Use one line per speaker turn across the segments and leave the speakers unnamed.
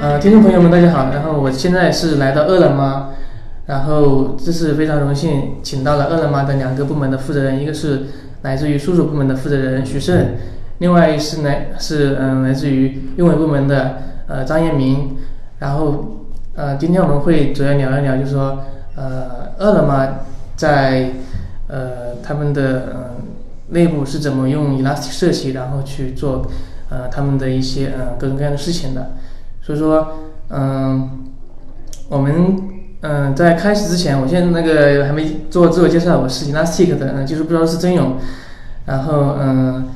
呃，听众朋友们，大家好。然后我现在是来到饿了么，然后这是非常荣幸，请到了饿了么的两个部门的负责人，一个是来自于叔叔部门的负责人徐胜，另外是来是嗯来自于运维部门的呃张彦明。然后呃，今天我们会主要聊一聊，就是说呃饿了么在呃他们的呃内部是怎么用 Elasticsearch 然后去做呃他们的一些呃各种各样的事情的。所以说，嗯，我们嗯、在开始之前，我现在那个还没做自我介绍，我是 Elastic 的嗯技术部招师曾勇，然后嗯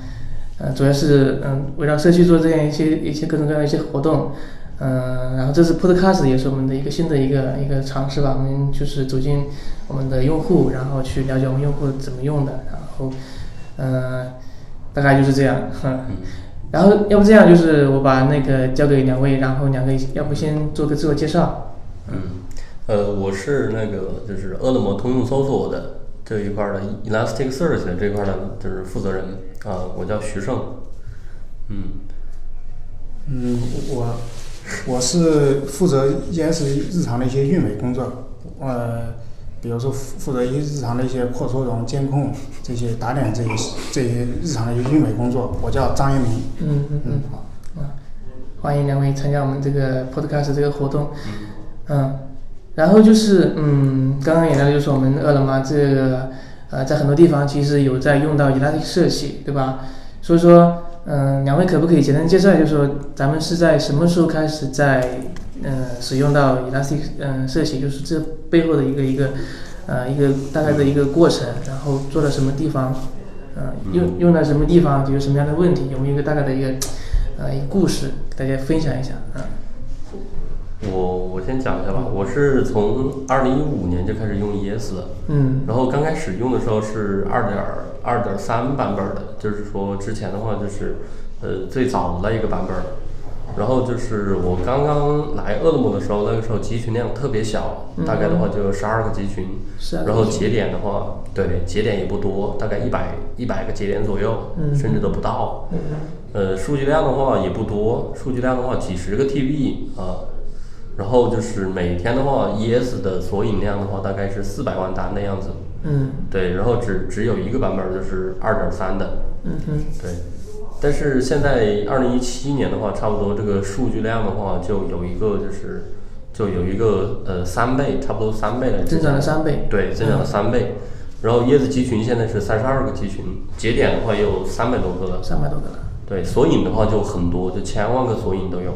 呃主要是嗯围绕社区做这样一些一些各种各样的一些活动，嗯，然后这次 Podcast 也是我们的一个新的一个一个尝试吧，我们就是走进我们的用户，然后去了解我们用户怎么用的，然后嗯大概就是这样， 哼。然后，要不这样，就是我把那个交给两位，然后两个一起要不先做个自我介绍。
嗯，呃，我是那个就是饿了么通用搜索的这一块儿的 Elasticsearch 的这块儿的，就是负责人啊、我叫徐胜。嗯，
嗯，我我是负责依然是日常的一些运维工作，呃，比如说负负责一日常的一些扩缩容、监控这些打点这些这些日常的一些运维工作。我叫张一鸣，
嗯嗯
嗯
嗯，，
好，
欢迎两位参加我们这个 podcast 这个活动。嗯，然后就是嗯，刚刚也聊到，就是我们饿了么这个呃，在很多地方其实有在用到 Elasticsearch，对吧？所以说，嗯、两位可不可以简单介绍一下，就是说咱们是在什么时候开始在呃使用到 Elastic 嗯、呃、Search，就是这背后的一个一个呃一个大概的一个过程，然后做到什么地方，呃用用到什么地方，有什么样的问题，有没有一个大概的一个呃一个故事，大家分享一下啊？
我我先讲一下吧，我是从二零一五年就开始用 E ES 的，
嗯
然后刚开始用的时候是二点二点三版本儿的，就是说之前的话就是呃最早的一个版本儿。然后就是我刚刚来饿了么的时候，那个时候集群量特别小，大概的话就有十二个集群，
12个
然后节点的话，对节点也不多，大概一百一百个节点左右，
嗯
甚至都不到。呃，数据量的话也不多，数据量的话几十个 TB 啊、然后就是每天的话，ES 的索引量的话大概是四百万单的样子。
嗯
对，然后只只有一个版本儿就是二点三的，
嗯哼
对。但是现在二零一七年的话，差不多这个数据量的话，就有一个就是就有一个呃三倍，差不多三倍了，
增长了三倍
对，增长了三倍。然后椰子集群现在是三十二个集群，节点的话也有三百多个了，
三百多个了。
对，索引的话就很多，就千万个索引都有，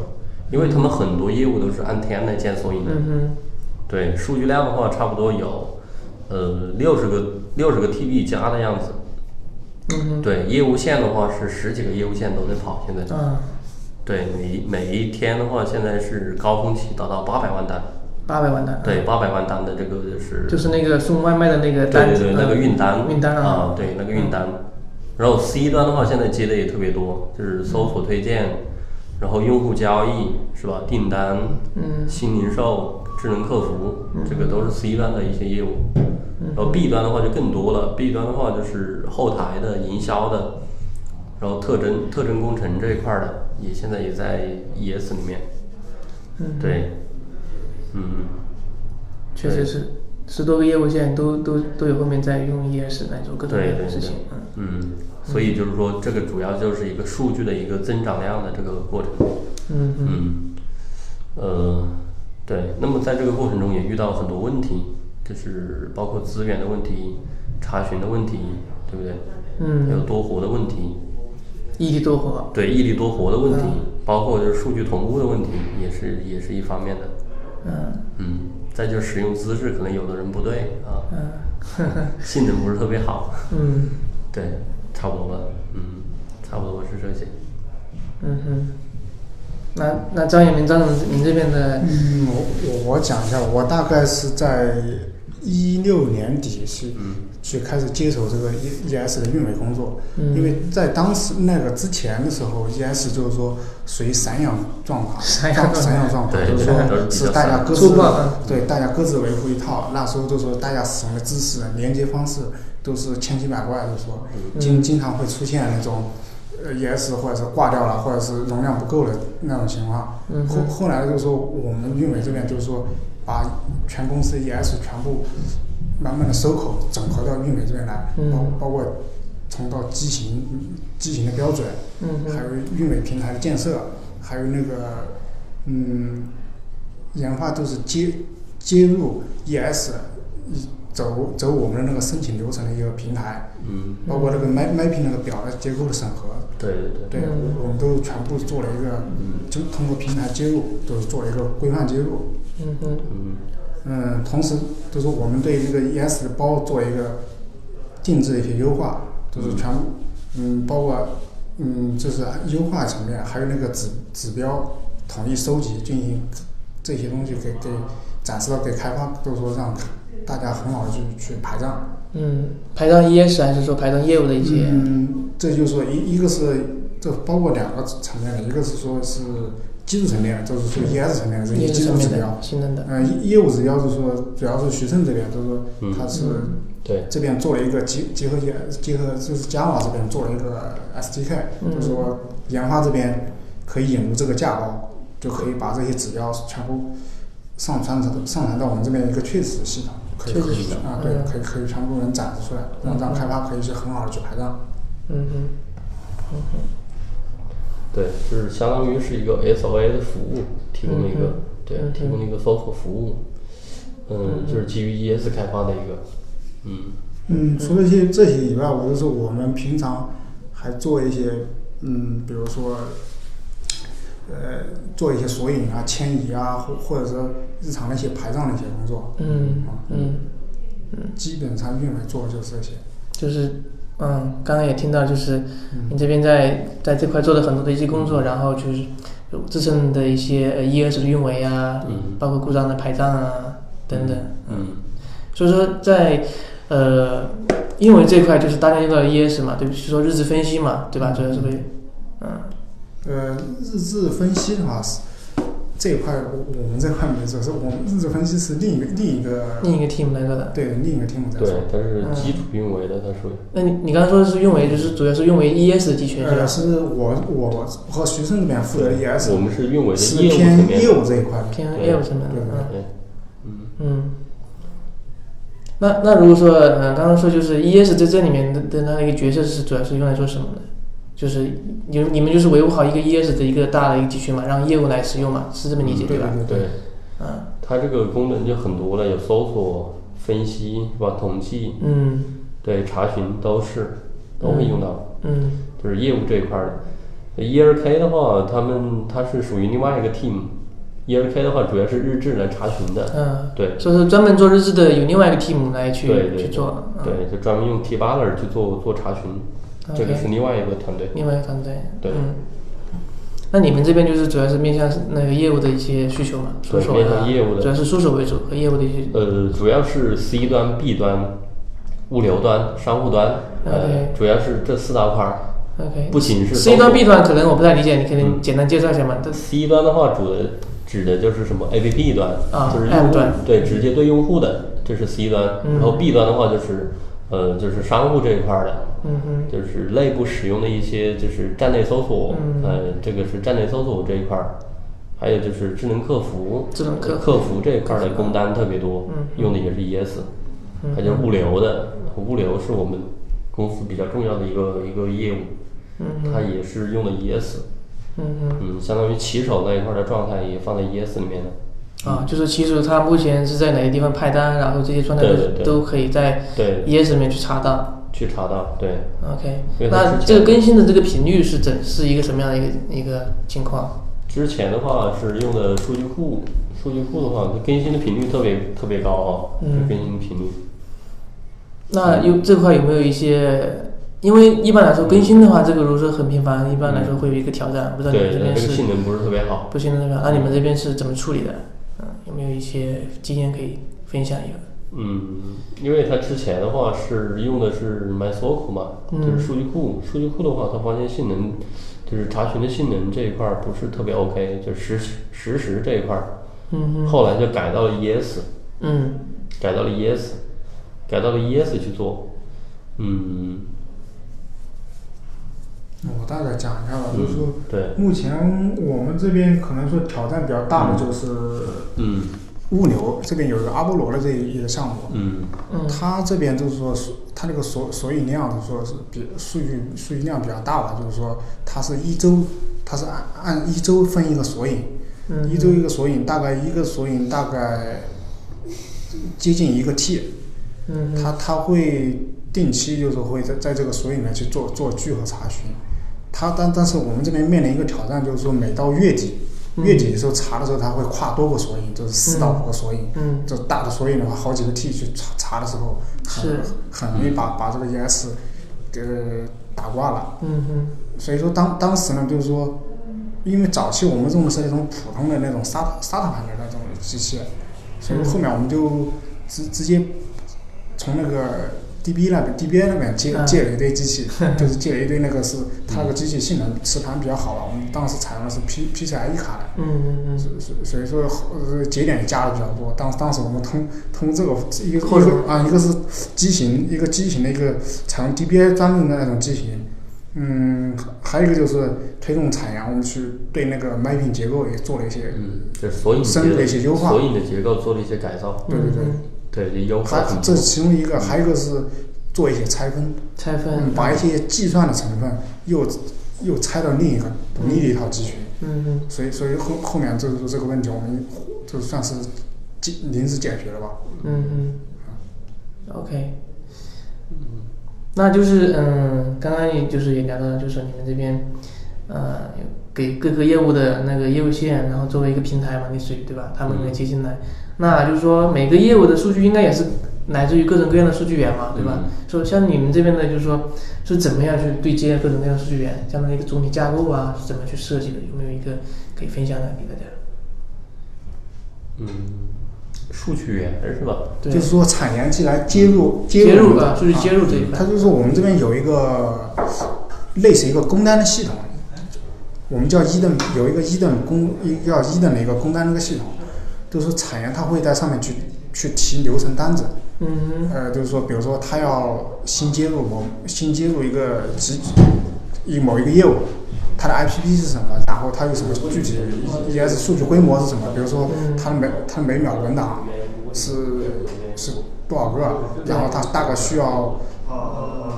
因为他们很多业务都是按天来建索引的。
嗯
对，数据量的话，差不多有呃六十个六十个 TB 加的样子。
哼嗯哼
对，业务线的话是十几个业务线都在跑，现在。
啊，
对，每每一天的话，现在是高峰期达到八百万单。
八百万单。
对，八百万单的这个就是
就是那个送外卖的那个
对
单
对
子，
对，那个
嗯
运单
运单嗯
啊，对那个运单。然后 C 端的话，现在接的也特别多，就是搜索推荐，然后用户交易是吧？订单，
嗯
新零售、智能客服，这个都是 C 端的一些业务。
嗯
然后 B 端的话就更多了，B 端的话就是后台的、营销的，然后特征、特征工程这一块儿的，也现在也在 ES 里面。
嗯，
对，嗯。
确实是十多个业务线都都都有后面在用 ES 来做各种各
对
样
对
的事
对
情，嗯，
嗯，所以就是说，这个主要就是一个数据的一个增长量的这个过程。
嗯嗯
嗯，呃，对。那么在这个过程中也遇到很多问题，就是包括资源的问题、查询的问题，对不对？还有
嗯，
多活的问题，
异地多活，
对异地多活的问题，
嗯
包括就是数据同步的问题，也是也是一方面的。
嗯
嗯，再就是使用姿势，可能有的人不对啊，
嗯呵呵
性能不是特别好。
嗯
对，差不多吧。嗯，差不多是这些。
嗯哼。那那张远明张总，您这边的
嗯，我我我讲一下，我大概是在一六年底是
嗯
去开始接手这个 E E S 的运维工作，
嗯
因为在当时那个之前的时候，E S 就是说属于散养状况，
散养状态
散养状况，
对
就
对
是说
都是比
是
较
大家
散
各
粗
自
暴嗯
对大家各自维护一套，那时候就说大家使用的知
嗯
嗯
识、连接方式都是千奇百怪，就说经经常会出现那种呃延迟或者是挂掉了，或者是容量不够了那种情况。
嗯
后
哼
后来就是说，我们运维这边就是说，把全公司 ES 全部慢慢的收口，整合到运维这边来，包、
嗯
包括从到机型机型的标准，
嗯
还
哼，
有运维平台的建设，还有那个嗯，研发都是接接入 ES，一走走我们的那个申请流程的一个平台，
嗯，
包括那个 map mapping 那个表的结构的审核，
对对对，
对
嗯
我们都全部做了一个，
嗯
就通过平台接入，就是做了一个规范接入。
嗯哼，
嗯
嗯，同时就是我们对这个 ES 的包做一个定制的一些优化，就是全部，嗯，包括嗯，就是优化层面，还有那个指指标统一收集进行这些东西给给展示到给开发，就是说让大家很好的去去排账。
嗯，排到 ES 还是说排到业务的一些？
嗯，这就是说一一个是这包括两个层面的，一个是说是技术层面的，就是说 ES 层面的这些
业务
嗯技术
上面
指标
的，。新增的。
嗯、业业务指标是说主要是徐盛这边，就是说
嗯
他是
嗯
对，
这边做了一个结结合结结合就是 Java 这边做了一个 SDK，、
嗯
就是说研发这边可以引入这个架构，就可以把这些指标全部上传成上传到我们这边一个 Trace 的系统，可以
确实是
啊，对，
嗯
可以可以全部能展示出来，让让开发可以去很好的去排账。
嗯哼，嗯哼，
对，就是相当于是一个 SOA 的服务，提供了一个、
嗯哼
对
嗯哼，
提供了一个搜索服务，嗯，就是基于 ES 开发的一个，嗯
嗯，除了这这些以外，我就是我们平常还做一些，嗯，比如说，呃，做一些索引啊、迁移啊，或或者说日常的一些排障的一些工作，
嗯嗯，
基本上运维做的就是这些。
就是，嗯，刚刚也听到，就是
嗯
你这边在在这块做了很多的一些工作，然后就是有自身的一些呃 ES 的运维啊，
嗯
包括故障的排障啊等等，
嗯，
所以说在呃英文这块就是大家用到的 ES 嘛，对，就是说日志分析嘛，对吧？主要是为，嗯
呃，日志分析的话是这一块，我我们这块没做，是我们日志分析是另一个另一个
另一个 team 来做的。
对另一个 team 在
对
做，，
它是基础运维的，它属于
那你你刚刚说的是用为，就是主要是用为 E ES 集群是吧
呃，？是我我和徐胜这边负责的 ES，
我们是运维的
是
业务层
偏嗯业
面，
务这一块的。
偏
对
业务层面的
对，
嗯。
对，嗯。
嗯，那那如果说，嗯，刚刚说就是 ES 在这里面的的它的一个角色是主要是用来做什么的？就是你们你们就是维护好一个 ES 的一个大的一个集群嘛，让业务来使用嘛，是这么理解
对
吧？
对
对，
嗯
它这个功能就很多了，有搜索、分析是吧？统计、
嗯
对查询都是都会用到，
嗯
就是业务这一块儿的。ERK 的话，他们它是属于另外一个 team。ERK 的话，主要是日志来查询的，
嗯，
对
所以说专门做日志的有另外一个 team 来去
对对
去做，嗯，
对，就专门用 Tabular 去做做查询，这个
OK
是另外一个团队。
另外一个团队，
对
嗯。那你们这边就是主要是面向那个业务的一些需求嘛，出
对
手
面向
啊
业务的
主要是出手为主和业务的一些
呃，主要是 C 端、B 端、物流端、商户端，
嗯
呃
OK，
主要是这四大块儿。
OK。
不仅是
C
搜
端
索
B 端可能我不太理解，你可能
嗯
简单介绍一下嘛？这
C 端的话，主的指的就是什么 APP 端，
啊
就是用
App
户
端
对直接对用户的，这是 C 端。
嗯
然后 B 端的话就是，呃，就是商户这一块儿的，
嗯哼，
就是内部使用的一些就是站内搜索，
嗯
呃，这个是站内搜索这一块儿，还有就是智能客服，
智能客服
客服这一块儿的工单特别多，
嗯
用的也是 ES，
嗯
还有就是物流的，物流是我们公司比较重要的一个一个业务，
嗯
它也是用的 E ES。
嗯
嗯，相当于骑手那一块儿的状态也放在 ES 里面的。
哼，啊，就是其实它目前是在哪些地方派单，然后这些状态
对对
都
对
都可以在
对，
ES 里面去查到。
去查到，对，
OK，
因为它
那
之前
这个更新的这个频率是怎是一个什么样的一个一个情况？
之前的话是用的数据库，数据库的话，它更新的频率特别特别高啊、
嗯
更新的频率。嗯
那有这块有没有一些？因为一般来说更新的话，这个如果说很频繁，一般来说会有一个挑战。不知道你们这
对，它
边
这个
是
性能不是特别好。
不行的那个，那你们这边是怎么处理的？嗯，有没有一些经验可以分享一下？
嗯，因为它之前的话是用的是 MySQL 嘛，就
嗯
是数据库。数据库的话，它发现性能就是查询的性能这一块儿不是特别 OK，就实时实时这一块儿。
嗯哼，
后来就改到了 ES。
嗯。
改到了 E ES，改到了 ES 去做，嗯，
我大概讲一下吧，就是说，
嗯对，
目前我们这边可能说挑战比较大的就是
嗯
物流，这边有一个阿波罗的这一个项目，
嗯
嗯
它这边就是说，它那个索索引量就是说是比数据数据量比较大吧，就是说它是一周，它是按按一周分一个索引，
嗯，
一周一个索引，大概一个索引大概接近一个 T，
嗯，嗯
它它会定期就是会在在这个索引里面去做做聚合查询，它但但是我们这边面临一个挑战，就是说每到月底
嗯
月底的时候查的时候，它会跨多个索引，就是四到五个索引，
嗯
这大的索引的话，好几个 T 去查查的时候，很
是
很容易把把这个 ES 给呃打挂了。
嗯嗯
所以说当当时呢，就是说，因为早期我们用的是那种普通的那种 SATA SATA 盘的那种机器，所以说后面我们就直直接从那个 DB 那边 DBA 那边借
嗯
借了一堆机器，就是借了一堆那个是它那个机器性能磁盘比较好吧，我们当时采用的是 P PCIe 卡的。
嗯嗯
所所所以说呃节点也加的比较多。当当时我们通通这个一个
或者
一个啊，一个是机型，一个机型的一个采用 DBA 专门的那种机型，嗯，还有一个就是推动产研，我们去对那个 mapping 结构也做了一些，
嗯，就是索引
深度一些
结
优化
索引的结构做了一些改造，
对对对
嗯
对，优化
还
哦很
这
多
是。其中一个，还有一个是做一些拆分，
拆
嗯
分，
把一些计算的成分又又拆到另一个独立的一套集群。
嗯嗯
所以，所以后后面就是说这个问题，我们就算是解临时解决了吧。
嗯嗯，OK，那就是嗯，刚刚也就是也聊到，就是你们这边呃给各个业务的那个业务线，然后作为一个平台嘛，类似于对吧？他们能接进来，那就是说每个业务的数据应该也是来自于各种各样的数据源嘛，对吧？所以像你们这边的，就是说是怎么样去对接各种各样的数据源，这样的一个总体架构啊，是怎么去设计的？有没有一个可以分享的给大家？
嗯，数据源是吧？
对，啊
就是说产研既来接入
接
入
入
我们
啊，数据接入这一块
它，就是我们这边有一个类似一个工单的系统，我们叫 E 一等有一个一等工一个叫一 E 等的一个工单那个系统，就是说产研它会在上面去去提流程单子，
嗯哼，
呃，就是说比如说它要新接入某新接入一个集一某一个业务。它的 IPP 是什么？然后它有什么具体 ES 数据规模是什么？比如说它的每它的每秒文档是是多少个，然后它大概需要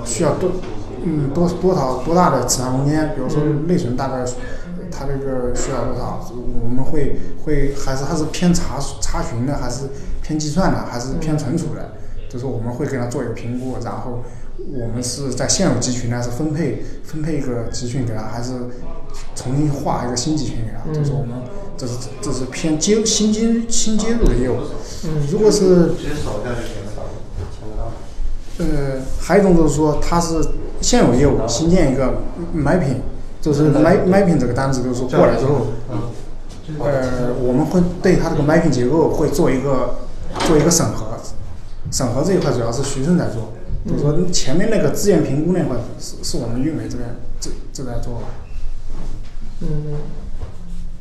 需要多嗯多多少多大的磁盘空间，比如说内存大概它这个需要多少，我们会会还是它是偏查查询的，还是偏计算的，还是偏存储的，就是我们会给它做一个评估，然后我们是在现有集群呢是分配分配一个集群给它，还是重新画一个新集群给它，就是我们这是这是偏接新接新接入的业务，
嗯
如果是
直接扫一下就行了，抢不到。
呃，还有一种就是说，它是现有业务新建一个买品，就是买买品这个单子，就是说过来之后，
嗯，这块儿
呃，我们会对它这个买品结构会做一个做一个审核，审核这一块主要是徐胜在做，就是说前面那个资源评估那块是是我们运维这边这这在做的，
嗯，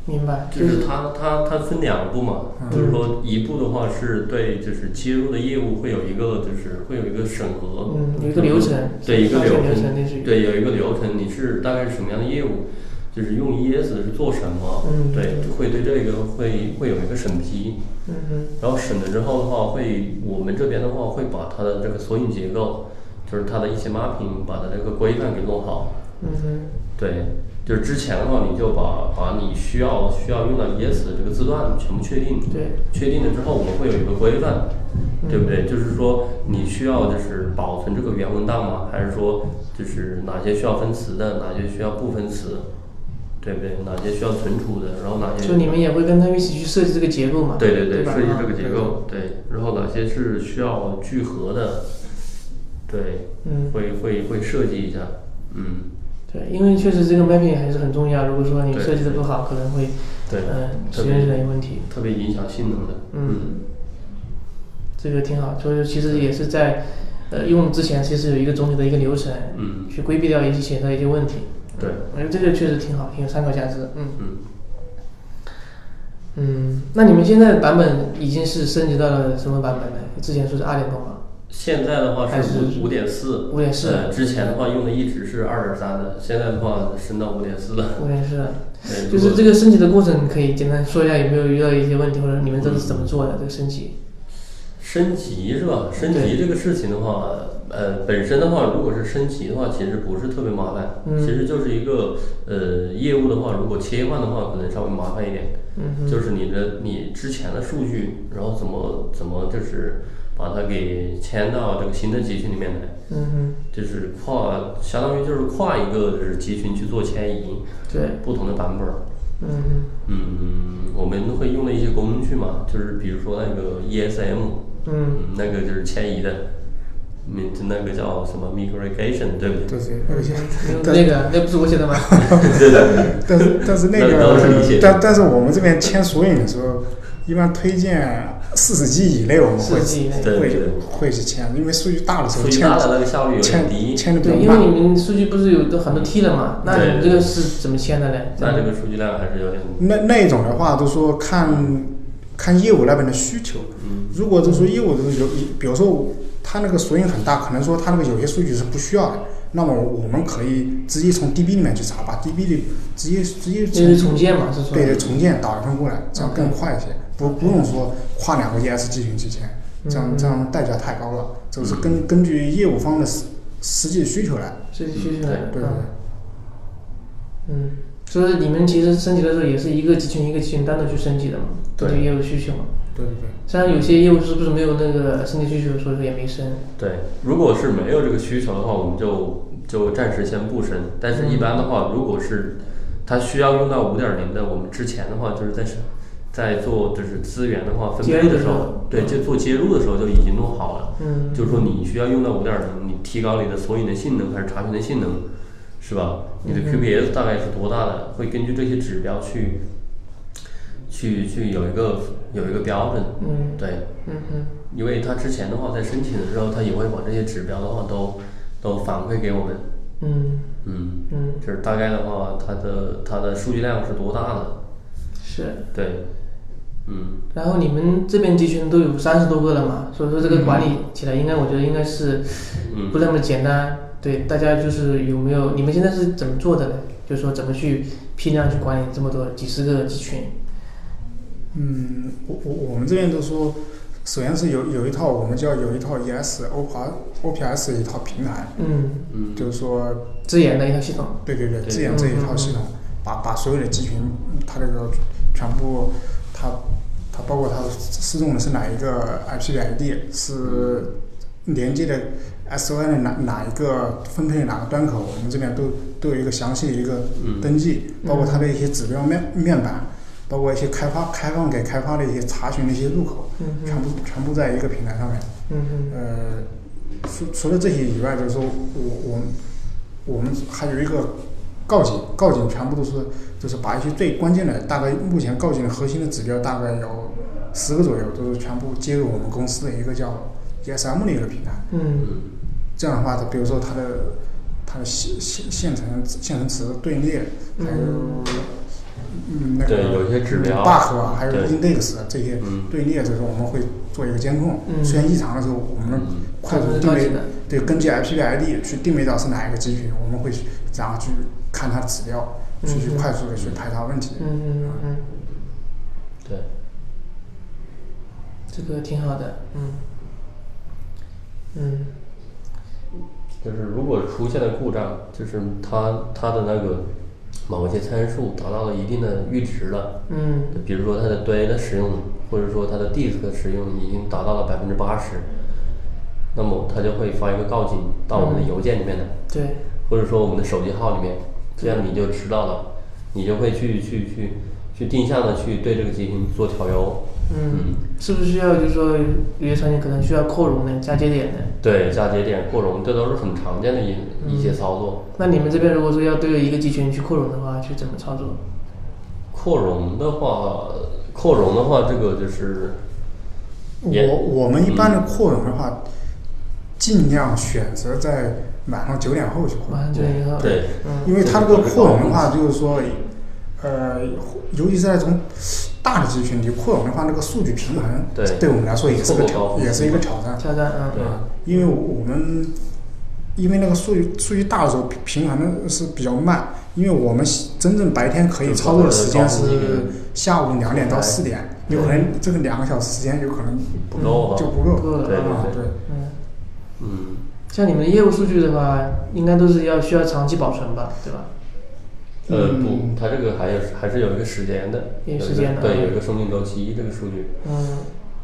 明白，
就
就是
它它它分两步嘛，就是说一步的话是对就是接入的业务会有一个就是会有一个审核，
嗯，有一个流程，
对一个流
流程类似于，
对有一个流程，你是大概是什么样的业务，就是用 ES 是做什么，
嗯
对，会对这个会会有一个审批，
嗯哼，
然后审了之后的话，会我们这边的话会把它的这个索引结构，就是它的一些 mapping，把它这个规范给弄好，
嗯哼，
对，就是之前的话，你就把把你需要需要用到 yes 的这个字段全部确定。
对，嗯
确定了之后，我们会有一个规范，对不对？就是说你需要就是保存这个原文档吗？还是说就是哪些需要分词的，哪些需要不分词，对不对？哪些需要存储的，然后哪些
就你们也会跟他们一起去设计这个结构嘛，
对对对，
吧嗯
设计这个结构，对，然后哪些是需要聚合的，对，
嗯，
会会会设计一下，嗯，
对，因为确实这个 mapping 还是很重要，如果说你
对
设计的不好，可能会，
对，
嗯，
特
实验
别
室的有问题，
特别影响性能的，
嗯，这个挺好，就是其实也是在，呃，用之前其实有一个总体的一个流程，
嗯，
去规避掉一些潜在一些问题，嗯
对，
我觉得这个确实挺好，挺有参考价值的，嗯。
嗯。
嗯，那你们现在的版本已经是升级到了什么版本呢？之前说是二点零嘛，
现在的话
还
是
是
五五点四，
5.4
呃，之前的话用的一直是二点三的，现在的话升到五点四了。呃
我也是，
对
啊就是这个升级的过程，可以简单说一下有没有遇到一些问题，或者你们都是怎么做的这个升级？
升级是吧？升
对
级这个事情的话，呃，本身的话，如果是升级的话，其实不是特别麻烦，
嗯
其实就是一个呃业务的话，如果切换的话，可能稍微麻烦一点。
嗯哼，
就是你的你之前的数据，然后怎么怎么就是把它给迁到这个新的集群里面来，
嗯哼，
就是跨相当于就是跨一个就是集群去做迁移，
对，
不同的版本儿。
嗯哼，
嗯，我们会用的一些工具嘛，就是比如说那个 ESM，
嗯，
嗯，那个就是迁移的，嗯，就那个叫什么 migration，对不对？
对对，那个现但
嗯那个那不是我写的吗？
对的，
但是但是那
那当然是理解的，
个但但是我们这边签索引的时候，一般推荐四十 G 以内我们会
40 G 以内
对对
会
对
会去签，因为数据大的时候
所以
签
它的那个效率有点低
签，签的比
对，
较
因为
慢。
你们数据不是有都很多 T 了嘛？那你们这个是怎么签的嘞？
那这个数据量还是有点，
那那一种的话，都说看看业务那边的需求。
嗯，
如果就是说业务就是有，比如说它那个索引很大，可能说它那个有些数据是不需要的，那么我们可以直接从 DB 里面去查，把 DB 里直接直接
这是重建嘛？是说
对对，重建导一份过来，这样更快一些，不不用说跨两个 ES 集群去签，
嗯
这样这样代价太高了，这个是根根据业务方的实实际需求来，
这是需求来的，嗯
对对对，
嗯，所以你们其实升级的时候也是一个集群一个集群单独去升级的嘛，
对
根据业务需求嘛。
对对对，
虽然有些业务是不是没有那个升级需求，所以说也没升。
对。如果是没有这个需求的话，我们就就暂时先不升。但是一般的
嗯
话，如果是它需要用到五点零的，我们之前的话就是在是在做就是资源的话分配
接入
的
的时
时
候
候，对，就做接入的时候就已经弄好了。
嗯，
就是说你需要用到五点零，你提高你的索引的性能还是查询的性能，是吧？你的 QPS 大概是多大的？会根据这些指标去去去有一个有一个标准。
嗯
对，
嗯哼，
因为他之前的话在申请的时候，他也会把这些指标的话都都反馈给我们。
嗯
嗯，
嗯，
就是大概的话，它的它的数据量是多大的？
是。
对，嗯，
然后你们这边集群都有三十多个了嘛，所以说这个管理起来应该，我觉得应该是
嗯
不那么简单。对，大家就是有没有？你们现在是怎么做的呢？就是说怎么去批量去管理这么多几十个集群？
嗯，我我我们这边都说，首先是有有一套我们叫有一套 ES OPS OPS 一套平台，
嗯，
嗯，
就是说
自研的一套系统。
对对对，
对嗯
自研这一套系统，把把所有的集群，它这个全部，它它包括它失踪的是哪一个 IP 的 ID，是
嗯
连接的 SON 的哪哪一个分配的哪个端口，我们这边都都有一个详细的一个
嗯
登记，包括它的一些指标面面板，包括一些开发开放给开发的一些查询的一些入口，
嗯
全部全部在一个平台上面。
嗯嗯
呃，除除了这些以外，就是说我我们我们还有一个告警，告警全部都是就是把一些最关键的，大概目前告警的核心的指标大概有十个左右，都是全部接入我们公司的一个叫 ESM 的一个平台。
嗯
嗯
这样的话，它比如说它的它的线线线程线程词队列，还有
嗯
嗯那个
对有些指标
bug 啊，还有
对
index 啊这些
嗯
队列，就是我们会做一个监控，
嗯
出现异常的时候，我们
嗯
快速
它
定
会告知
位
的，
对，根据 IP 的 ID 去定位到是哪一个集群，我们会去然后去看它指标，去去
嗯
快速的去排查问题
嗯。嗯嗯，
对，
这个挺好的。嗯嗯
就是如果出现了故障，就是它它的那个某一些参数达到了一定的阈值了，
嗯
比如说它的端的使用，或者说它的 disk 的使用已经达到了百分之八十，那么它就会发一个告警到我们的邮件里面来，
对，
或者说我们的手机号里面，这样你就知道了，你就会去去去去定向的去对这个集群做调优，
嗯，是不是需要就是说有些场景可能需要扩容的、加节点的？
对嫁接点扩容，这都是很常见的一一些操作。
那你们这边如果说要对着一个集群去扩容的话，去怎么操作？
扩容的话，扩容的话，这个就是也嗯
我我们一般的扩容的话，尽量选择在晚上九点后去扩
马
容，
上就以后，
对
嗯
因为它这个扩容的话，就是说，呃，尤其是那种大的集群，你扩容的话，那个数据平衡，
对
对我们来说也是个
错
挑，
过高
也是一个挑战。
挑战，嗯
对，
因为我们因为那个数据数据大的时候，平平衡的是比较慢，因为我们真正白天可以操作的时间
就是高
是
峰
下午两点到四点，
对
有可能这个两个小时时间有可能
不够啊
就不
不够
够
了
对
啊，
对
对。
嗯，
嗯，
像你们的业务数据的话，应该都是要需要长期保存吧，对吧？
呃不
嗯，
它这个还有还是有一个时间的，
有
有
时间
一
的
个对，
啊
有一个生命周期这个数据。
嗯，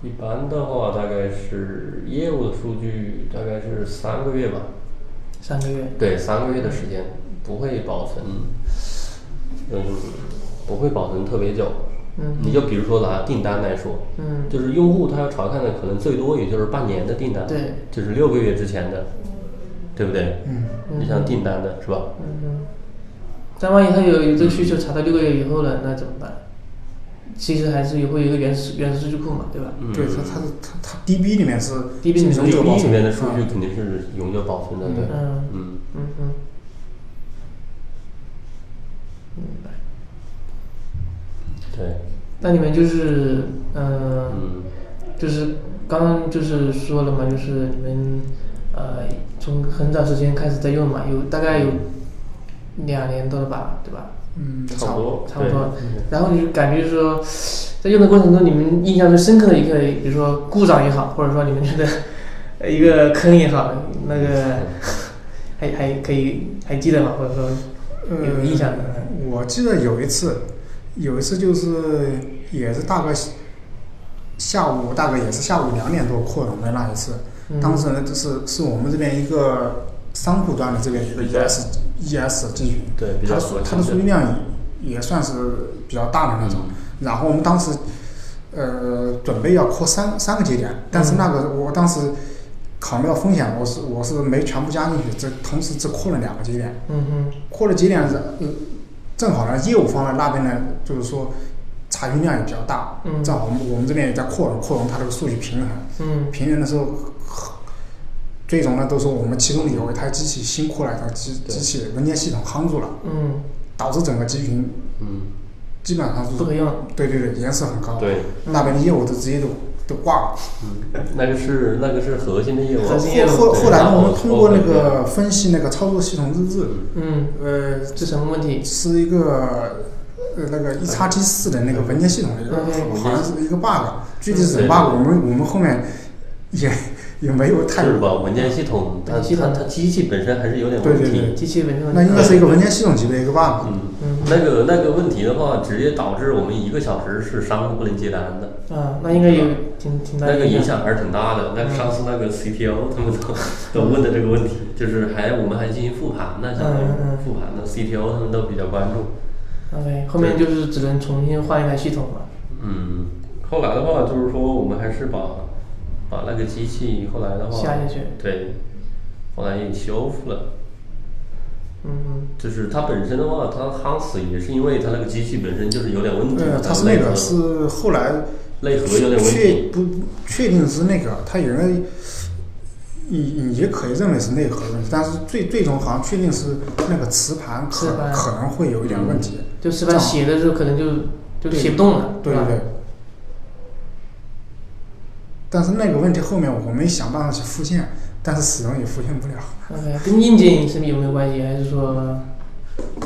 一般的话，大概是业务的数据大概是三个月吧，
三个月，
对，三个月的时间，不会保存，嗯，不会保存特别久。
嗯
你就比如说拿订单来说，
嗯
就是用户他要查看的可能最多也就是半年的订单，
对，
就是六个月之前的，对不对？
嗯，
你像订单的是吧？
嗯，但万一他有有这个需求查到六个月以后了，那怎么办？其实还是有会有一个原始原始数据库嘛，对吧？
嗯，
对，它它它它 DB 里面是
DB 里面
永久保
DB
存
里面的数据
啊
肯定是永久保存的，对，
嗯
嗯，
嗯嗯，明白。
对，
那你们就是呃，
嗯，
就是刚刚就是说了嘛，就是你们呃从很早时间开始在用嘛，有大概有两年多了吧，对吧？
嗯，
差不多，
差不多
对。
然后你就感觉就是说， 在用的过程中，你们印象最深刻的一个，比如说故障也好，或者说你们觉得 呃一个坑也好，那个还还可以还记得吗？或者说有印象的？
呃我记得有一次，有一次就是也是大概下午，大概也是下午两点多扩容的那一次。
嗯
当时呢，就是是我们这边一个商户端的这边一个 E ES ES 集群，
对比较
它的
核
数它
心
的
的
数据量也也算是比较大的那种。然后我们当时呃准备要扩三三个节点，但是那个我当时考虑到风险，我是我是没全部加进去，这同时只扩了两个节点。
嗯哼，
扩了节点是，嗯，正好呢，业务方面那边呢，就是说查询量也比较大，
嗯
正好我们我们这边也在扩容，扩容它这个数据平衡，
嗯
平衡的时候，呃最终呢都是我们其中有一台机器新扩了一台机
对
机器文件系统夯住了，
嗯，
导致整个集群
嗯，
基本上
不
是
可用了。
对对对延迟很高，
对，
那边的业务都直接都都挂了。
嗯，那个是那个是核心的业务，啊
核心业
后
务
后
对
后来
然
呢，
后哦
我们通过那
后
个分析那个操作系统日志，
嗯，
呃，
这什么问题？
是一个呃那个 E 叉 T 四的那个文件系统的一个，
嗯
好像是一个 bug，具体是什么
对
bug，我们我们后面也也没有太
就是吧，文件系统它
文件系统
它它机器本身还是有点
对
问
对
题
对，
机器文件问
那
题
应该是一个文件系统级的一个 bug，
嗯，
嗯
那个那个问题的话，直接导致我们一个小时是商户不能接单的，
啊，那应该有挺挺大
那
的
个影。响还是挺大的。那
嗯
个上次那个 CTO 他们都都问的这个问题，就是还我们还进行复盘呢，相当于
嗯嗯嗯
复盘呢，CTO 他们都比较关注。
OK，后面就是只能重新换一台系统了。
嗯，后来的话就是说，我们还是把把那个机器后来的话
下下去
对，后来也修复了。
嗯嗯。
就是它本身的话，它夯死也是因为它那个机器本身就是有点问题，
呃，它是
内
那
核
个是后来
内核嗯有点问
确
题。
不确定是那个，它有人也也可以认为是内核问题，但是最最终好像确定是那个磁盘
磁
可
盘
可能会有一点问题，
就石板写的时候可能就就写不动了，
对对
吧？
对。但是那个问题后面我们想办法去复现，但是始终也复现不了。
OK，跟硬件是不是有没有关系？还是说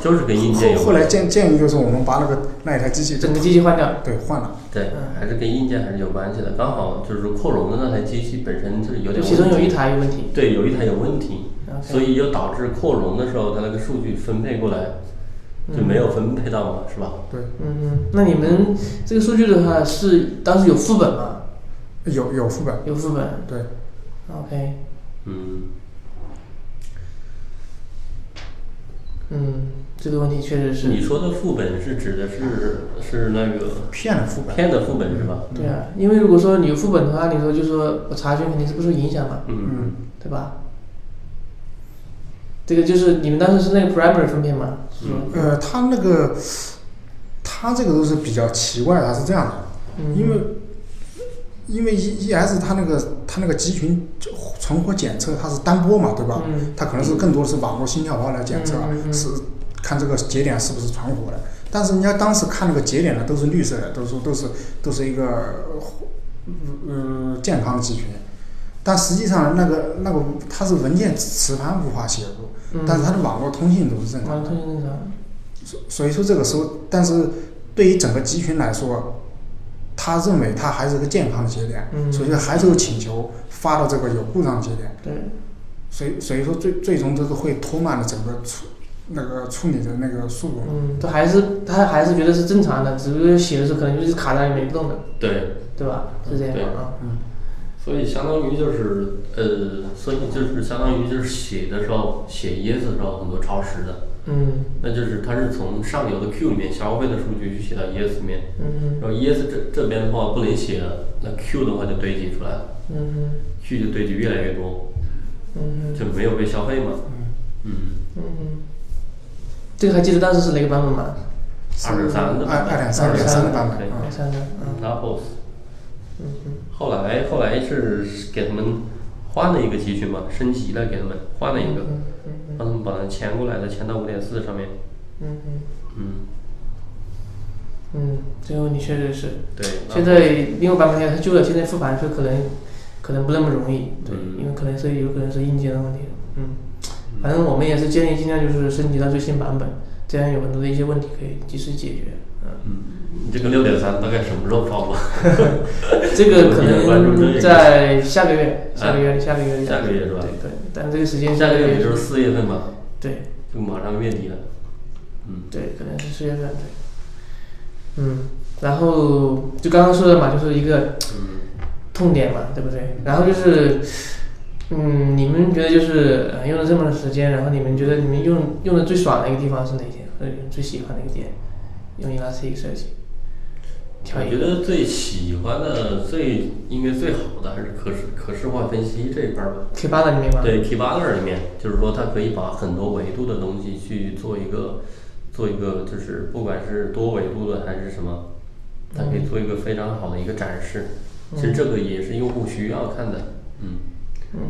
就是跟硬件有
后后
关
来建建议就是我们把那个那一台机器就
整个机器换掉？
对换了，
对，
嗯
还是跟硬件还是有关系的。刚好就是扩容的那台机器本身就是有点问题，
其中有一台有问题。
对有一台有问题，
OK
所以就导致扩容的时候它那个数据分配过来就没有分配到嘛，是吧？
对，
嗯嗯，那你们这个数据的话是当时有副本吗？
有有副本，
有副本。
对，
OK，
嗯，
嗯，这个问题确实
你
是。
说的副本是指的是是那个
骗了副本，嗯
片的副本是吧？
对啊，因为如果说你有副本的话，你说就说我查询肯定是不受影响嘛，
嗯，
嗯，
对吧？这个就是你们当时是那个 primary 分配嘛？是吧？
嗯
呃，他那个他这个都是比较奇怪的，它是这样的，
嗯，
因为因为 E E S 它那个它那个集群存活检测它是单波嘛，对吧？
嗯
它可能是更多的是网络心跳包来检测，
嗯嗯嗯
是看这个节点是不是存活的。但是人家当时看那个节点呢，都是绿色的，都是都是都是一个呃健康集群，但实际上那个那个它是文件磁盘无法写入，
嗯
但是它的网络通信都是正
网
常的。
络通信正常，
所所以说这个时候，但是对于整个集群来说，他认为他还是个健康的节点，
嗯
所以说还是有请求发到这个有故障节点，
对，
所以所以说最最终这个会拖慢了整个处那个处理的那个速度。
嗯，他还是他还是觉得是正常的，只不过写的时候可能就是卡在那里没动的，
对，
对吧？是这样
对
啊，
嗯，
所以相当于就是呃，所以就是相当于就是写的时候写椰子的时候很多超时的，
嗯
那就是它是从上游的 Q 里面消费的数据去写到椰子里面，
嗯
然后椰子这这边的话不能写了，那 Q 的话就堆积出来了
嗯
，Q 就堆积越来越多，
嗯
就没有被消费嘛。嗯，
嗯，这个还记得当时是哪个版本吗？
二点三的
二二点三点三的版本，
没
嗯
删的，嗯
l a p o s
嗯嗯
后来后来是给他们换了一个集群嘛，升级了给他们换了一个，
嗯嗯
让他们把它迁过来的，迁到五点四上面。
嗯嗯
嗯，
嗯，这个问题确实是。
对。
现在因为版本现在它旧了，现在复盘是可能可能不那么容易，对，
嗯
因为可能是有可能是硬件的问题，嗯，反正我们也是建议尽量就是升级到最新版本，这样有很多的一些问题可以及时解决，嗯，
嗯，这个六点三大概什么时候发布？
这个可
我比较关注这
能
个
在下个月，
啊
下个月，下个月，
下个月是吧
对对，但这个时间
下个月也就是四月份吧，
对
就马上月底了。嗯，
对，可能是四月份，对，嗯，然后就刚刚说的嘛，就是一个
嗯，
痛点嘛，对不对？然后就是，嗯，你们觉得就是呃用了这么长时间，然后你们觉得你们用用的最爽的一个地方是哪些？或者你们最喜欢的一个点？用 Elastic 设计，挑
我
一
觉
个。
得最喜欢的、最应该最好的还是可视可视化分析这一块儿吧。
K 八的里面吗？，
对 T 八二里面，就是说它可以把很多维度的东西去做一个做一个，就是不管是多维度的还是什么，它可以做一个非常好的一个展示。其实这个也是用户需要看的，嗯，
嗯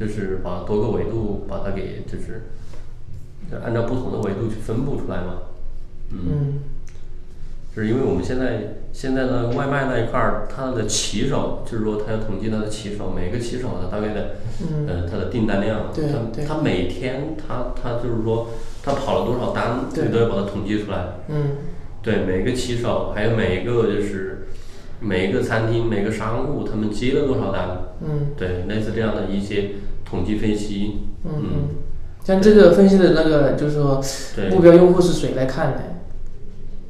就是把多个维度把它给就是就按照不同的维度去分布出来嘛，
嗯嗯
就是因为我们现在现在的外卖那一块儿，它的骑手就是说，它要统计它的骑手，每个骑手它大概的，
嗯
呃，它的订单量，
对对
它它每天它它就是说它跑了多少单，
对
你都要把它统计出来。
嗯
对，每个骑手，还有每一个就是每一个餐厅、每个商户，他们接了多少单，
嗯
对，类似这样的一些统计分析，
嗯嗯，像这个分析的那个，就是说
对
目标用户是谁来看的？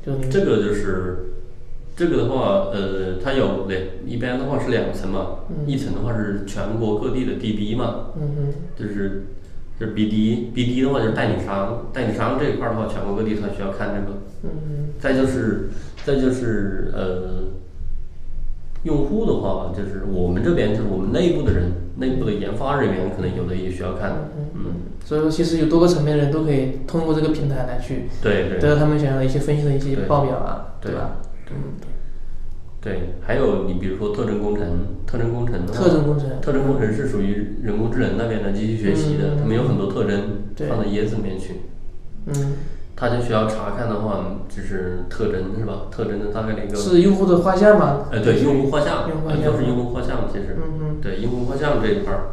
就你们
这个就是，这个的话，呃，它有两，一般的话是两层嘛，一层的话是全国各地的 DB 嘛，
嗯嗯
就是就是 BD，BD 的话就是代理商，代理商这一块儿的话，全国各地它需要看这个。
嗯
再就是再就是呃，用户的话，就是我们这边就是我们内部的人，内部的研发人员可能有的也需要看，嗯，
嗯，所以说其实有多个层面的人都可以通过这个平台来去
对对。
得到他们想要的一些分析的一些
对
报表啊，
对
吧？
对，还有你比如说特征工程，特征工程的话，
特征工程
特征工程是属于人工智能那边的机器学习的，
嗯
他们有很多特征
对
放到椰子里面去，
嗯，
它就需要查看的话，就是特征是吧？特征的大概的一个，
是用户的画像吗？
呃，对，用户画像
用户，画
呃，
像
就是用户画像，其实，
嗯嗯
对，用户画像这一块儿，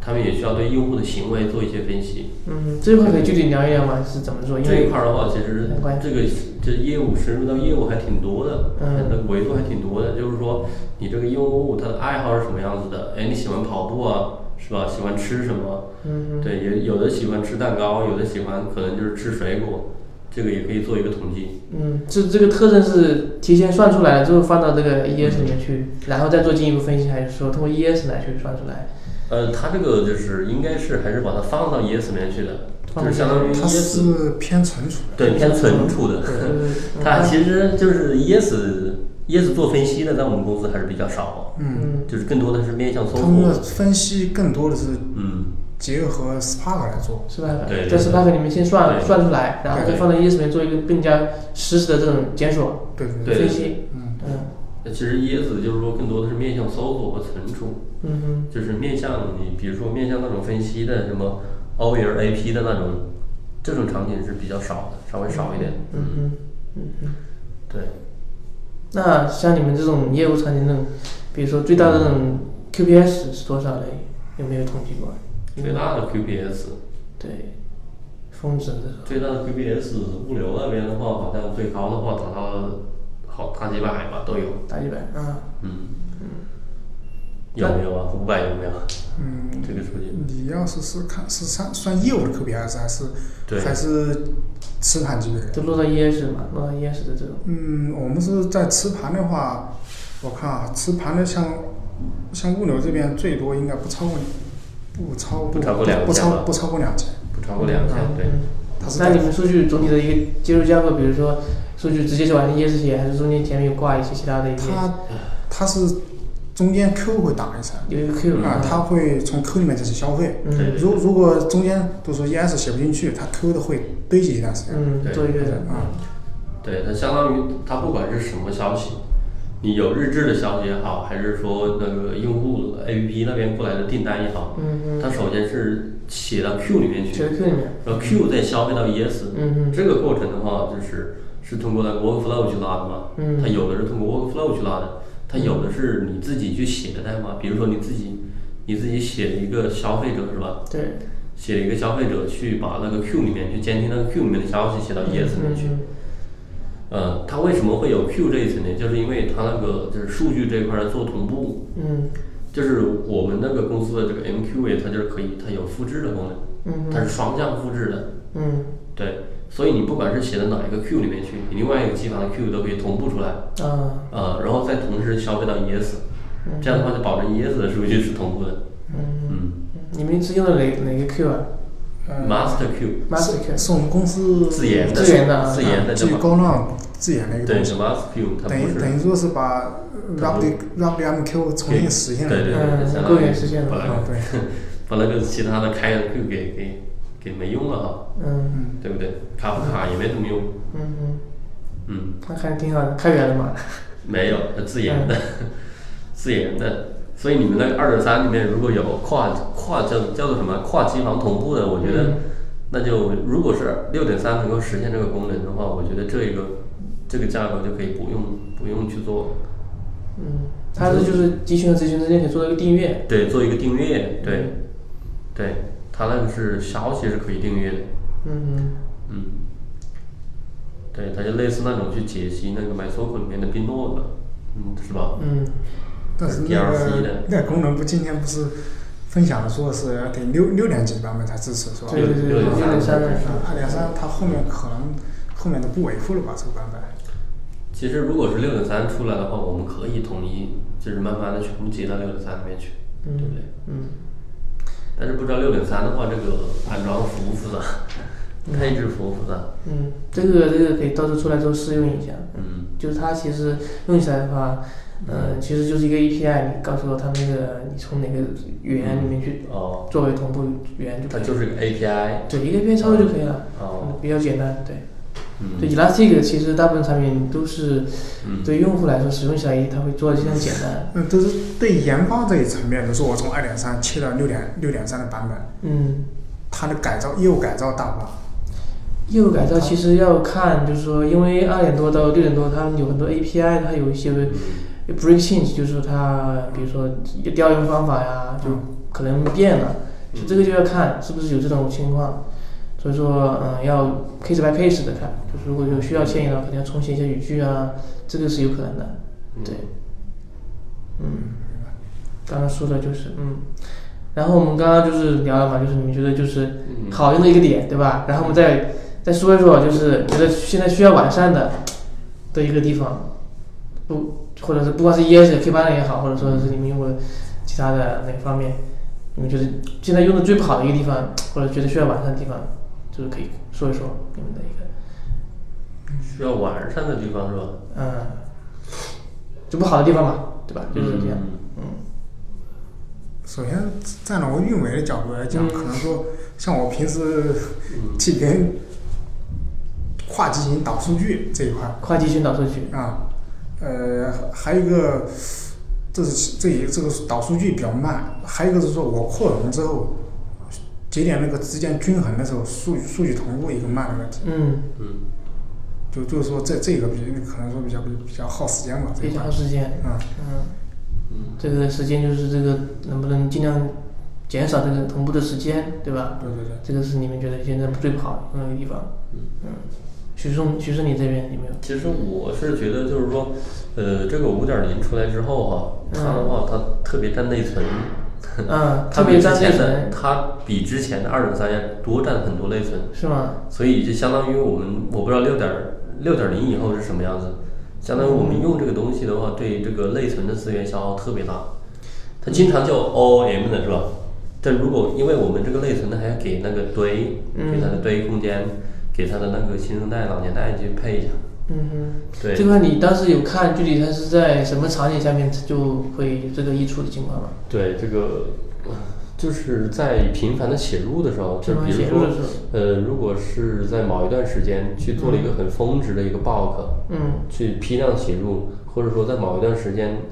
他们也需要对用户的行为做一些分析。
嗯，这一块可以具体聊一聊吗？是怎么做？因
这一
为
块儿的话，其实
很嗯关
这个这业务深入到业务还挺多的，
嗯
很多维度还挺多的。就是说，你这个用户他的爱好是什么样子的？哎，你喜欢跑步啊，是吧？喜欢吃什么？
嗯
对，也有的喜欢吃蛋糕，有的喜欢可能就是吃水果，这个也可以做一个统计。
嗯，这这个特征是提前算出来了之后放到这个 ES 里面去，
嗯
然后再做进一步分析，还是说通过 ES 来去算出来？
呃，它这个就是应该是还是把它放到 ES 里面去的，
放
就是相当于
嗯它
ES
是偏存储的，
对偏存储的。
嗯
就是
它其实就是 ES ES 做分析的，在我们公司还是比较少，
嗯，
就是更多的是面向
他
搜
们的
索。
分析更多的是
嗯，
结合 Spark 来做，
是吧？
对对
在 Spark 里面先算
对
算出来，然后再放到 ES 里面做一个更加实时的这种检索
对对
对
分析。
嗯
嗯
那其实椰子就是说更多的是面向搜索和存储，
嗯哼
就是面向你，比如说面向那种分析的什么 OER AP 的那种，这种场景是比较少的，稍微少一点。
嗯哼嗯嗯。
对，
那像你们这种业务场景这种，比如说最大的这种 QPS 是多少嘞？有没有统计过？
嗯
最大的 QPS，
对，峰值这种。
最大的 QPS 物流那边的话，好像最高的话达到好大几百吧都有。
大几百啊？
嗯，有没有啊？五百有没有？
嗯，
这个数据
你要是是看是算算业务的 QPS 还是
对
还是吃盘级别的？
都落到椰子嘛，落到椰子的这种。
嗯，我们是在吃盘的话，我看啊，吃盘的像像物流这边最多应该不超过不超过
不超过两
不
千
超
吧
不超过两千，
不超过两千，对。
嗯
它是
那
在
你们数据总体的一个接入架构，比如说数据直接就完成椰子写，还是中间前面有挂一些其他的一些
它它是中间 Q 会打一层
有一个
嗯
Q
啊，它会从 Q 里面再去消费。
嗯
对
如如果中间都说 ES 写不进去，它 Q 的会堆积一段时间。
嗯
对
做一个
啊，
对，它相当于它不管是什么消息，你有日志的消息也好，还是说那个用户 APP 那边过来的订单也好，
嗯
它
嗯
首先是写到 Q 里面
写
去，
到 Q 里面，
然后 Q 再消费到 ES，
嗯嗯
这个过程的话就是是通过那个 workflow 去拉的嘛，
嗯
它有的是通过 workflow 去拉的，它有的是你自己去写的代码，比如说你自己你自己写一个消费者是吧？
对，
写了一个消费者去把那个 Q 里面去监听那个 Q 里面的消息写到 ES 里面去。
嗯
呃，它为什么会有 Q 这一层呢？就是因为它那个就是数据这一块儿做同步，
嗯
就是我们那个公司的这个 MQA 它就是可以它有复制的功能，
嗯
它是双向复制的，
嗯
对，所以你不管是写到哪一个 Q 里面去，你另外一个机房的 Q 都可以同步出来，
嗯啊
呃，然后再同时消费到 ES，这样的话就保证 ES 的数据是同步的，
嗯，
嗯
你们是用的哪哪个 Q 啊
嗯
，Master Q
？Master
是
Q，
是我们公司
自研的
嗯自研的啊
自研的
基
对
于
吧？
高浪自研的一个
对
东西。
是，Master Q 它
等
不
于
是
等于说是把
它不
W W M Q 重新实现了。
对对对，
嗯
相
够
当于
远实现了嗯
把那
啊
个
对，
把那个其他的开源 Q 给给给没用了哈。
嗯
嗯，
对不对？卡夫卡也没怎么用，
嗯嗯，
嗯，
那还挺好的，开源了嘛，
没有，它自研的， 自研的。所以你们那个二点三里面如果有跨跨叫叫做什么跨机房同步的，我觉得
嗯
那就如果是六点三能够实现这个功能的话，我觉得这一个这个架构就可以不用不用去做，
嗯，它是就是集群和集群之间可以做到一个订阅，
对，做一个订阅，对，对，它那个是消息是可以订阅的，
嗯
嗯，对，它就类似那种去解析那个 MySQL 里面的并络的，嗯，是吧？
嗯
但是那
DLC
个
的
那个功能不今天不是分享说是要得六六点几版本才支持是吧？啊
对对对，六点三的，
二点三它后面可能后面都不维护了吧这个版本。
其实如果是六点三出来的话，我们可以统一，就是慢慢的全部接到六点三里面去，
嗯
对不对？
嗯
但是不知道六点三的话，这个安装复不复杂，配置复不复杂？
嗯，这个这个可以到时候出来之后试用一下，
嗯，
就是它其实用起来的话，嗯，其实就是一个 API，你告诉我它那个你从哪个语言里面去
哦，
作为同步语言就可
它
以，
就是个 API，
对一个 API 操作就可以了，
哦，
比较简单，对。对
嗯，
Elastic 其实大部分产品都是
嗯
对用户来说使用起来它会做的非常简单，
嗯，都是对研发这一层面，比如说我从二点三切到六点六点三的版本，
嗯。
它的改造业务改造大不大？
业务改造其实要看，就是说，因为二点多到六点多，它有很多 API，它有一些 break change，就是说它，比如说调用方法呀，就可能变了，就这个就要看是不是有这种情况。所以说，嗯，要 case by case 的看，就是如果有需要迁移的话，肯定要重写一些语句啊，这个是有可能的。对，嗯，刚刚说的就是，嗯，然后我们刚刚就是聊了嘛，就是你们觉得就是
嗯
好用的一个点，对吧？然后我们再再说一说，就是觉得现在需要完善的的一个地方，不，或者是不管是 ES、K 八零也好，或者说是你们用过其他的哪个方面，你们觉得现在用的最不好的一个地方，或者觉得需要完善的地方，就是可以说一说你们的一个，
需要完善的地方是吧？
嗯，就不好的地方嘛，对吧？就是这样，
嗯
首先，站在我运维的角度来讲，
嗯
可能说，像我平时
嗯
替别人跨机型导数据这一块
跨集群导数据，
啊，呃，还有一个，这是这一这个导数据比较慢，还有一个是说我扩容之后，节点那个之间均衡的时候，数数据同步一个慢的问题。
嗯。
嗯，
就就是说这这个比可能说比较比比较耗时间吧，这一
比较
块
长时间。
啊，
嗯，
嗯，
这个时间就是这个能不能尽量减少这个同步的时间，对吧？
对对对。
这个是你们觉得现在最不好用的地方。
嗯
嗯，徐松，徐松，你这边有没有？
其实我是觉得就是说，呃，这个五点零出来之后哈、它的话它特别占内存，
嗯，
它
特
比
别
之
占内
前的
存，
它比之前的二点三要多占很多内存，
是吗？
所以就相当于我们我不知道六点六点零以后是什么样子，相当于我们用这个东西的话，对这个内存的资源消耗特别大，它经常叫 O M 的是吧？但如果因为我们这个内存呢，还要给那个堆，
嗯
给它的堆空间，给它的那个新生代、老年代去配一下，
嗯哼，
对。
这块你当时有看具体它是在什么场景下面就会有这个溢出的情况吗？
对这个，就是在频繁的写入的时候，
频
就是
繁
比
写
如
入
说
的时候，
呃，如果是在某一段时间去做了一个很峰值的一个 bulk，、
嗯
去批量写入，或者说在某一段时间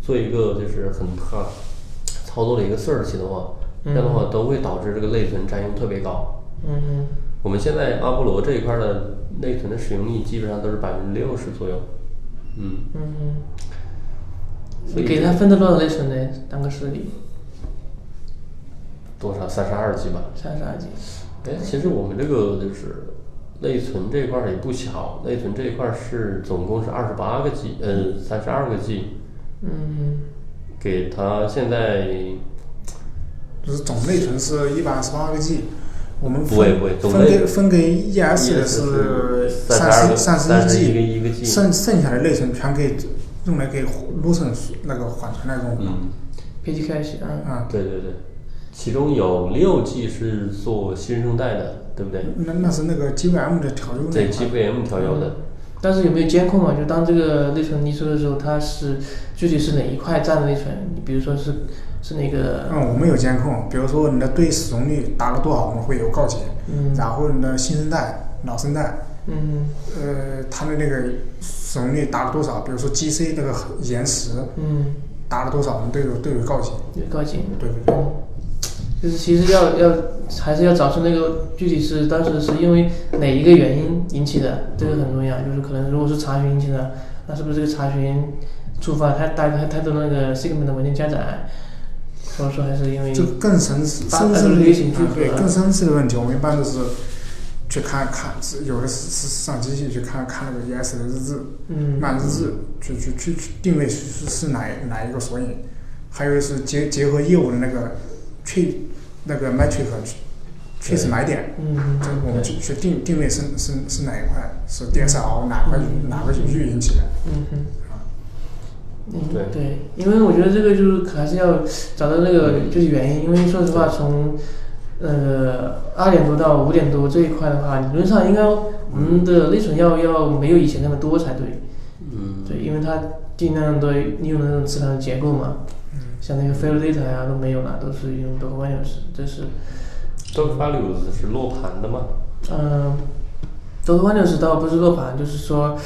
做一个就是很大操作的一个 search 的话，这样的话都会导致这个内存占用特别高。
嗯哼，
我们现在阿波罗这一块的内存的使用率基本上都是百分之六十左右，嗯，
嗯哼。
所
你
以
给
这
它分的多少内存呢？当个实例，
多少三十二 G 吧，
三十二 G。
哎，其实我们这个就是内存这一块儿也不小，内存这一块儿是总共是二十八个 G，呃，三十二个 G，
嗯
给它现在
就是总内存是一百二十八个 G，我们
不会
分
不会总
分给
内
分给 ES 的
ES
是
32
十
个
三
三十一
一
个一个 G，
剩剩下的内存全给用来给 Lucene 那个缓存来用的。
嗯，
哼，PG 开始，嗯，
啊，
对对对，其中有六 G 是做新生代的，对不对？
那那是那个 GVM 的调用那
对
一块。
GVM 调优的，
但是有没有监控啊？就当这个内存移除的时候，它是具体是哪一块占的内存？你比如说是是那个，
嗯，我们有监控，比如说你的对使用率达到多少，我们会有告解。
嗯
然后你的新生代、老生代，
嗯
呃，它的那个使用率达到多少，比如说 GC 那个延时
嗯，
达到多少，我们都有都有告解。
有高警，
对对对。
就是其实要要还是要找出那个具体是当时是因为哪一个原因引起的，这个很重要。就是可能如果是查询引起的，那是不是这个查询触发太大太太多那个 segment 的文件加载？所以说还是因为
这个更深深
嗯大
深
大
层
众
的
流行聚
啊对
合
更深层次的问题，我们一般都是去看看，是有的是是上机器去看看那个 ES 的日志、
嗯
慢日志，去去去去定位是是是哪哪一个索引，还有是结结合业务的那个确那个 metric 去确实买点，
嗯
这我们去去定定位是是是哪一块，是 DSL 哪块哪个域引起的。
嗯哼。嗯，
对
对，因为我觉得这个就是还是要找到那个就是原因，因为说实话，从呃二点多到五点多这一块的话，理论上应该我们的内存要要没有以前那么多才对，
嗯，
对，因为它尽量的利用那种磁场的结构嘛，像那个 fail data 呀、都没有了，都是用 d o c values，这是
d o c values 是落盘的吗？
嗯 d o c values 倒不是落盘，就是说。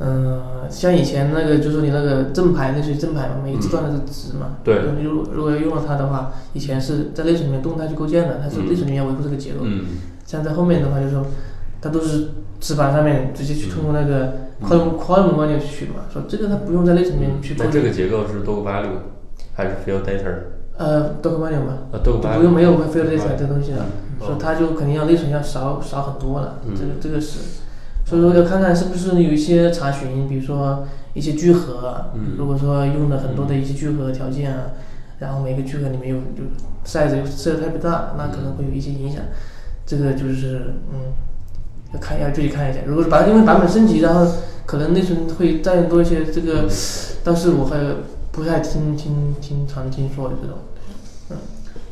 嗯、像以前那个，就是你那个正排，那是正排嘛，每一字段的值嘛。
嗯对
如果如果要用了它的话，以前是在内存里面动态去构建的，它是
嗯
内存里面要维护这个结构。
嗯，
像在后面的话，就是说，它都是纸板上面直接去通过那个 column column value 去取嘛，说这个它不用在内存里面去构
嗯那
建。
这个结构是 d o c value 还是 field data？
呃 d o c value 嘛，
呃 d o c
就
value
不用没有 fail
Doc
data
value
这东西了，
嗯
所
哦
以它就肯定要内存要少少很多了，
嗯
这个这个是，所以说要看看是不是有一些查询，比如说一些聚合啊，
嗯
如果说用了很多的一些聚合条件啊，然后每个聚合里面有有 size 又设的太不大，那可能会有一些影响，这个就是嗯。要看要具体看一下，如果是版因为版本升级，然后可能内存会占用多一些，这个
嗯
但是我还不太听听听常听说这种，嗯，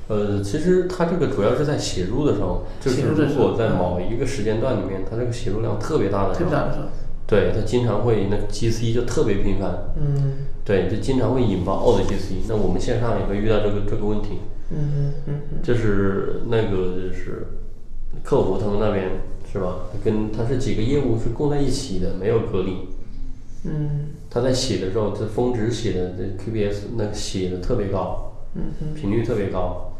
呃，其实它这个主要是在写入的时候，就是
写入的
如
时候嗯
果在某一个时间段里面，它这个写入量特别大的
特
时
别
候，
大的时候，
对它经常会那 GC 就特别频繁，
嗯
对，就经常会引爆 old GC。那我们线上也会遇到这个这个问题，
嗯嗯嗯
就是那个就是客服他们那边是吧？跟它是几个业务是供在一起的，没有隔离。
嗯
他在写的时候，这峰值写的这 QPS 那个写的特别高，
嗯嗯
频率特别高。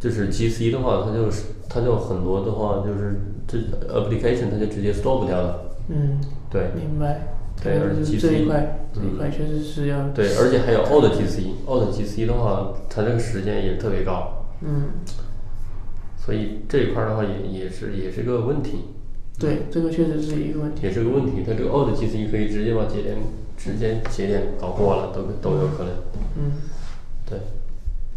就是 GC 的话，它就是它就很多的话，就是这 application 它就直接 stop 掉了。
嗯，
对
明白。
对
可能
而
就是
GC
这一块，这
嗯
一块确实是要，
对，而且还有 old GC，old GC 的话，它这个时间也特别高，
嗯，
所以这一块儿的话也也是也是个问题，
对，这个确实是一个问题。
也是个问题。它这个 old GC 可以直接把节点直接节点搞过了，都都有可能。
嗯
对，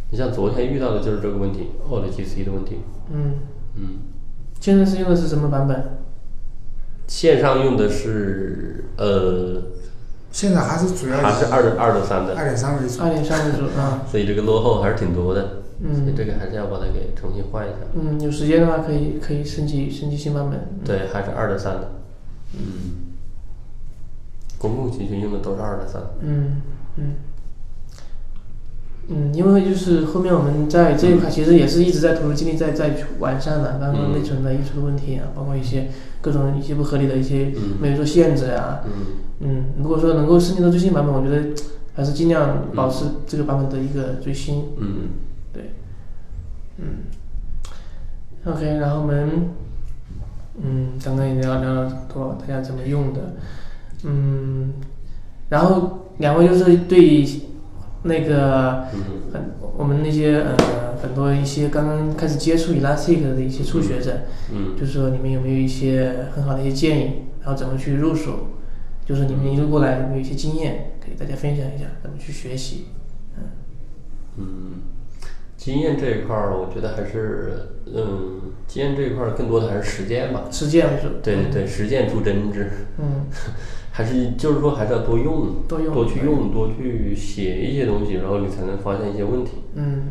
你像昨天遇到的就是这个问题，old GC 的问题。
嗯，
嗯，
现在是用的是什么版本？
线上用的是呃
现在还是主要
还是二点二点三
二
的，
点三为主
二。点三为主啊。
所以这个落后还是挺多的。所以
嗯
这个还是要把它给重新换一下。
嗯，有时间的话可以可以升级升级新版本。
对，还是二点三的。嗯，公共集群用的都是二点三。
嗯嗯嗯，因为就是后面我们在这一块其实也是一直在投入精力在在去完善的，刚刚内存的溢出的问题啊，包括一些各种一些不合理的一些，
嗯
比如说限制啊，
嗯，
嗯，如果说能够升级到最新版本，我觉得还是尽量保持这个版本的一个最新。
嗯，
对，嗯，OK，然后我们，嗯，刚刚也聊聊了多大家怎么用的，嗯，然后两位就是对那个
嗯
很我们那些呃很多一些刚刚开始接触 Elastic 的一些初学者，
嗯
就是说你们有没有一些很好的一些建议，然后怎么去入手？就是你们一路过来有没有一些经验，给大家分享一下，怎么去学习？
嗯，经验这一块儿，我觉得还是嗯，经验这一块儿更多的还是实践吧。
实践为主。
对对对，实践出真知，
嗯
还是就是说还是要多用，
多用
去用，多去写一些东西，然后你才能发现一些问题。
嗯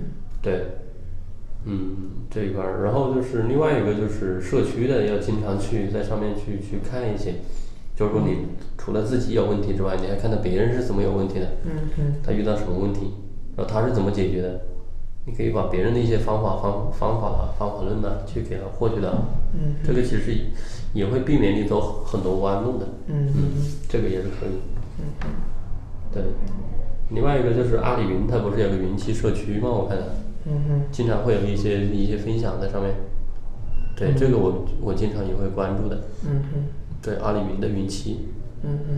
对，嗯，这一块儿，然后就是另外一个就是社区的要经常去在上面去去看一些，就是说你除了自己有问题之外，你还看到别人是怎么有问题的，
嗯嗯
他遇到什么问题，然后他是怎么解决的，你可以把别人的一些方法方方法啊方法论呢、去给他获取到，
嗯
这个其实也会避免你走很多弯路的，
嗯
嗯，这个也是可以，对。另外一个就是阿里云，它不是有个云栖社区吗？我看到，
嗯嗯
经常会有一些一些分享在上面。对，这个我我经常也会关注的。
嗯嗯
对阿里云的云栖，
嗯嗯，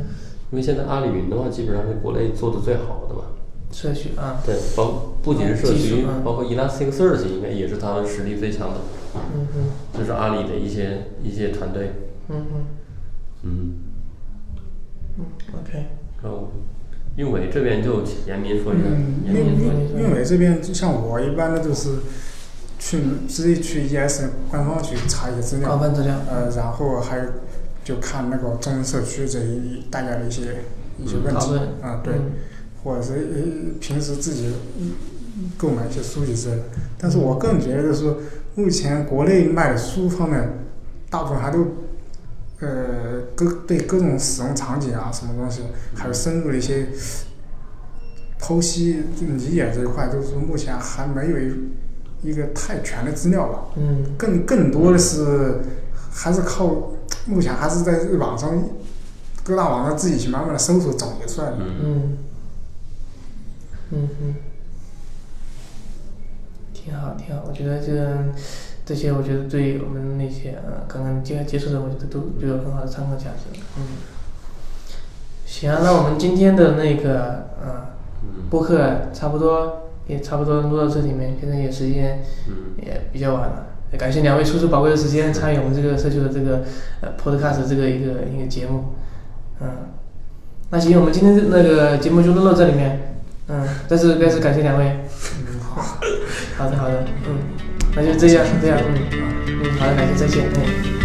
因为现在阿里云的话，基本上是国内做的最好的嘛。
社区啊，
对，包不仅是社
技
区
术啊，
包括 Elasticsearch 应该也是它实力最强的，
嗯嗯
就是阿里的一些一些团队。
嗯嗯
嗯，
嗯，OK，
然后运维这边就请严明说一下。
嗯，
严
运
明说一
运运维这边，就像我一般的都是去自己去 ES 官方去查一些资
广
料，
泛资料，
呃，然后还有就看那个中文社区这一大家的一些一些问
嗯讨
题
论，嗯
啊，对，或者是呃平时自己嗯购买一些书籍之类的。但是我个人觉得就是说，目前国内卖的书方面，大部分还都呃各对各种使用场景啊什么东西，还有深入的一些剖析理解这一块，就是目前还没有一一个太全的资料吧。
嗯
更更多的是还是靠目前还是在网上各大网上自己去慢慢的搜索总结出来的。
嗯
嗯嗯嗯，挺好挺好，我觉得这这些，我觉得对我们那些呃刚刚接接触的，我觉得都都有很好的参考价值。嗯，行啊，那我们今天的那个呃
嗯
播客呃差不多也差不多录到这里面，现在也时间
嗯
也比较晚了。也感谢两位抽出宝贵的时间参与我们这个社区的这个呃 podcast 这个一个一个节目，嗯，那行，我们今天的那个节目就录到这里面，嗯，再次再次感谢两位，
嗯，好，
好的好的，嗯，那就这样这样，嗯嗯，好的，感谢再见，嗯。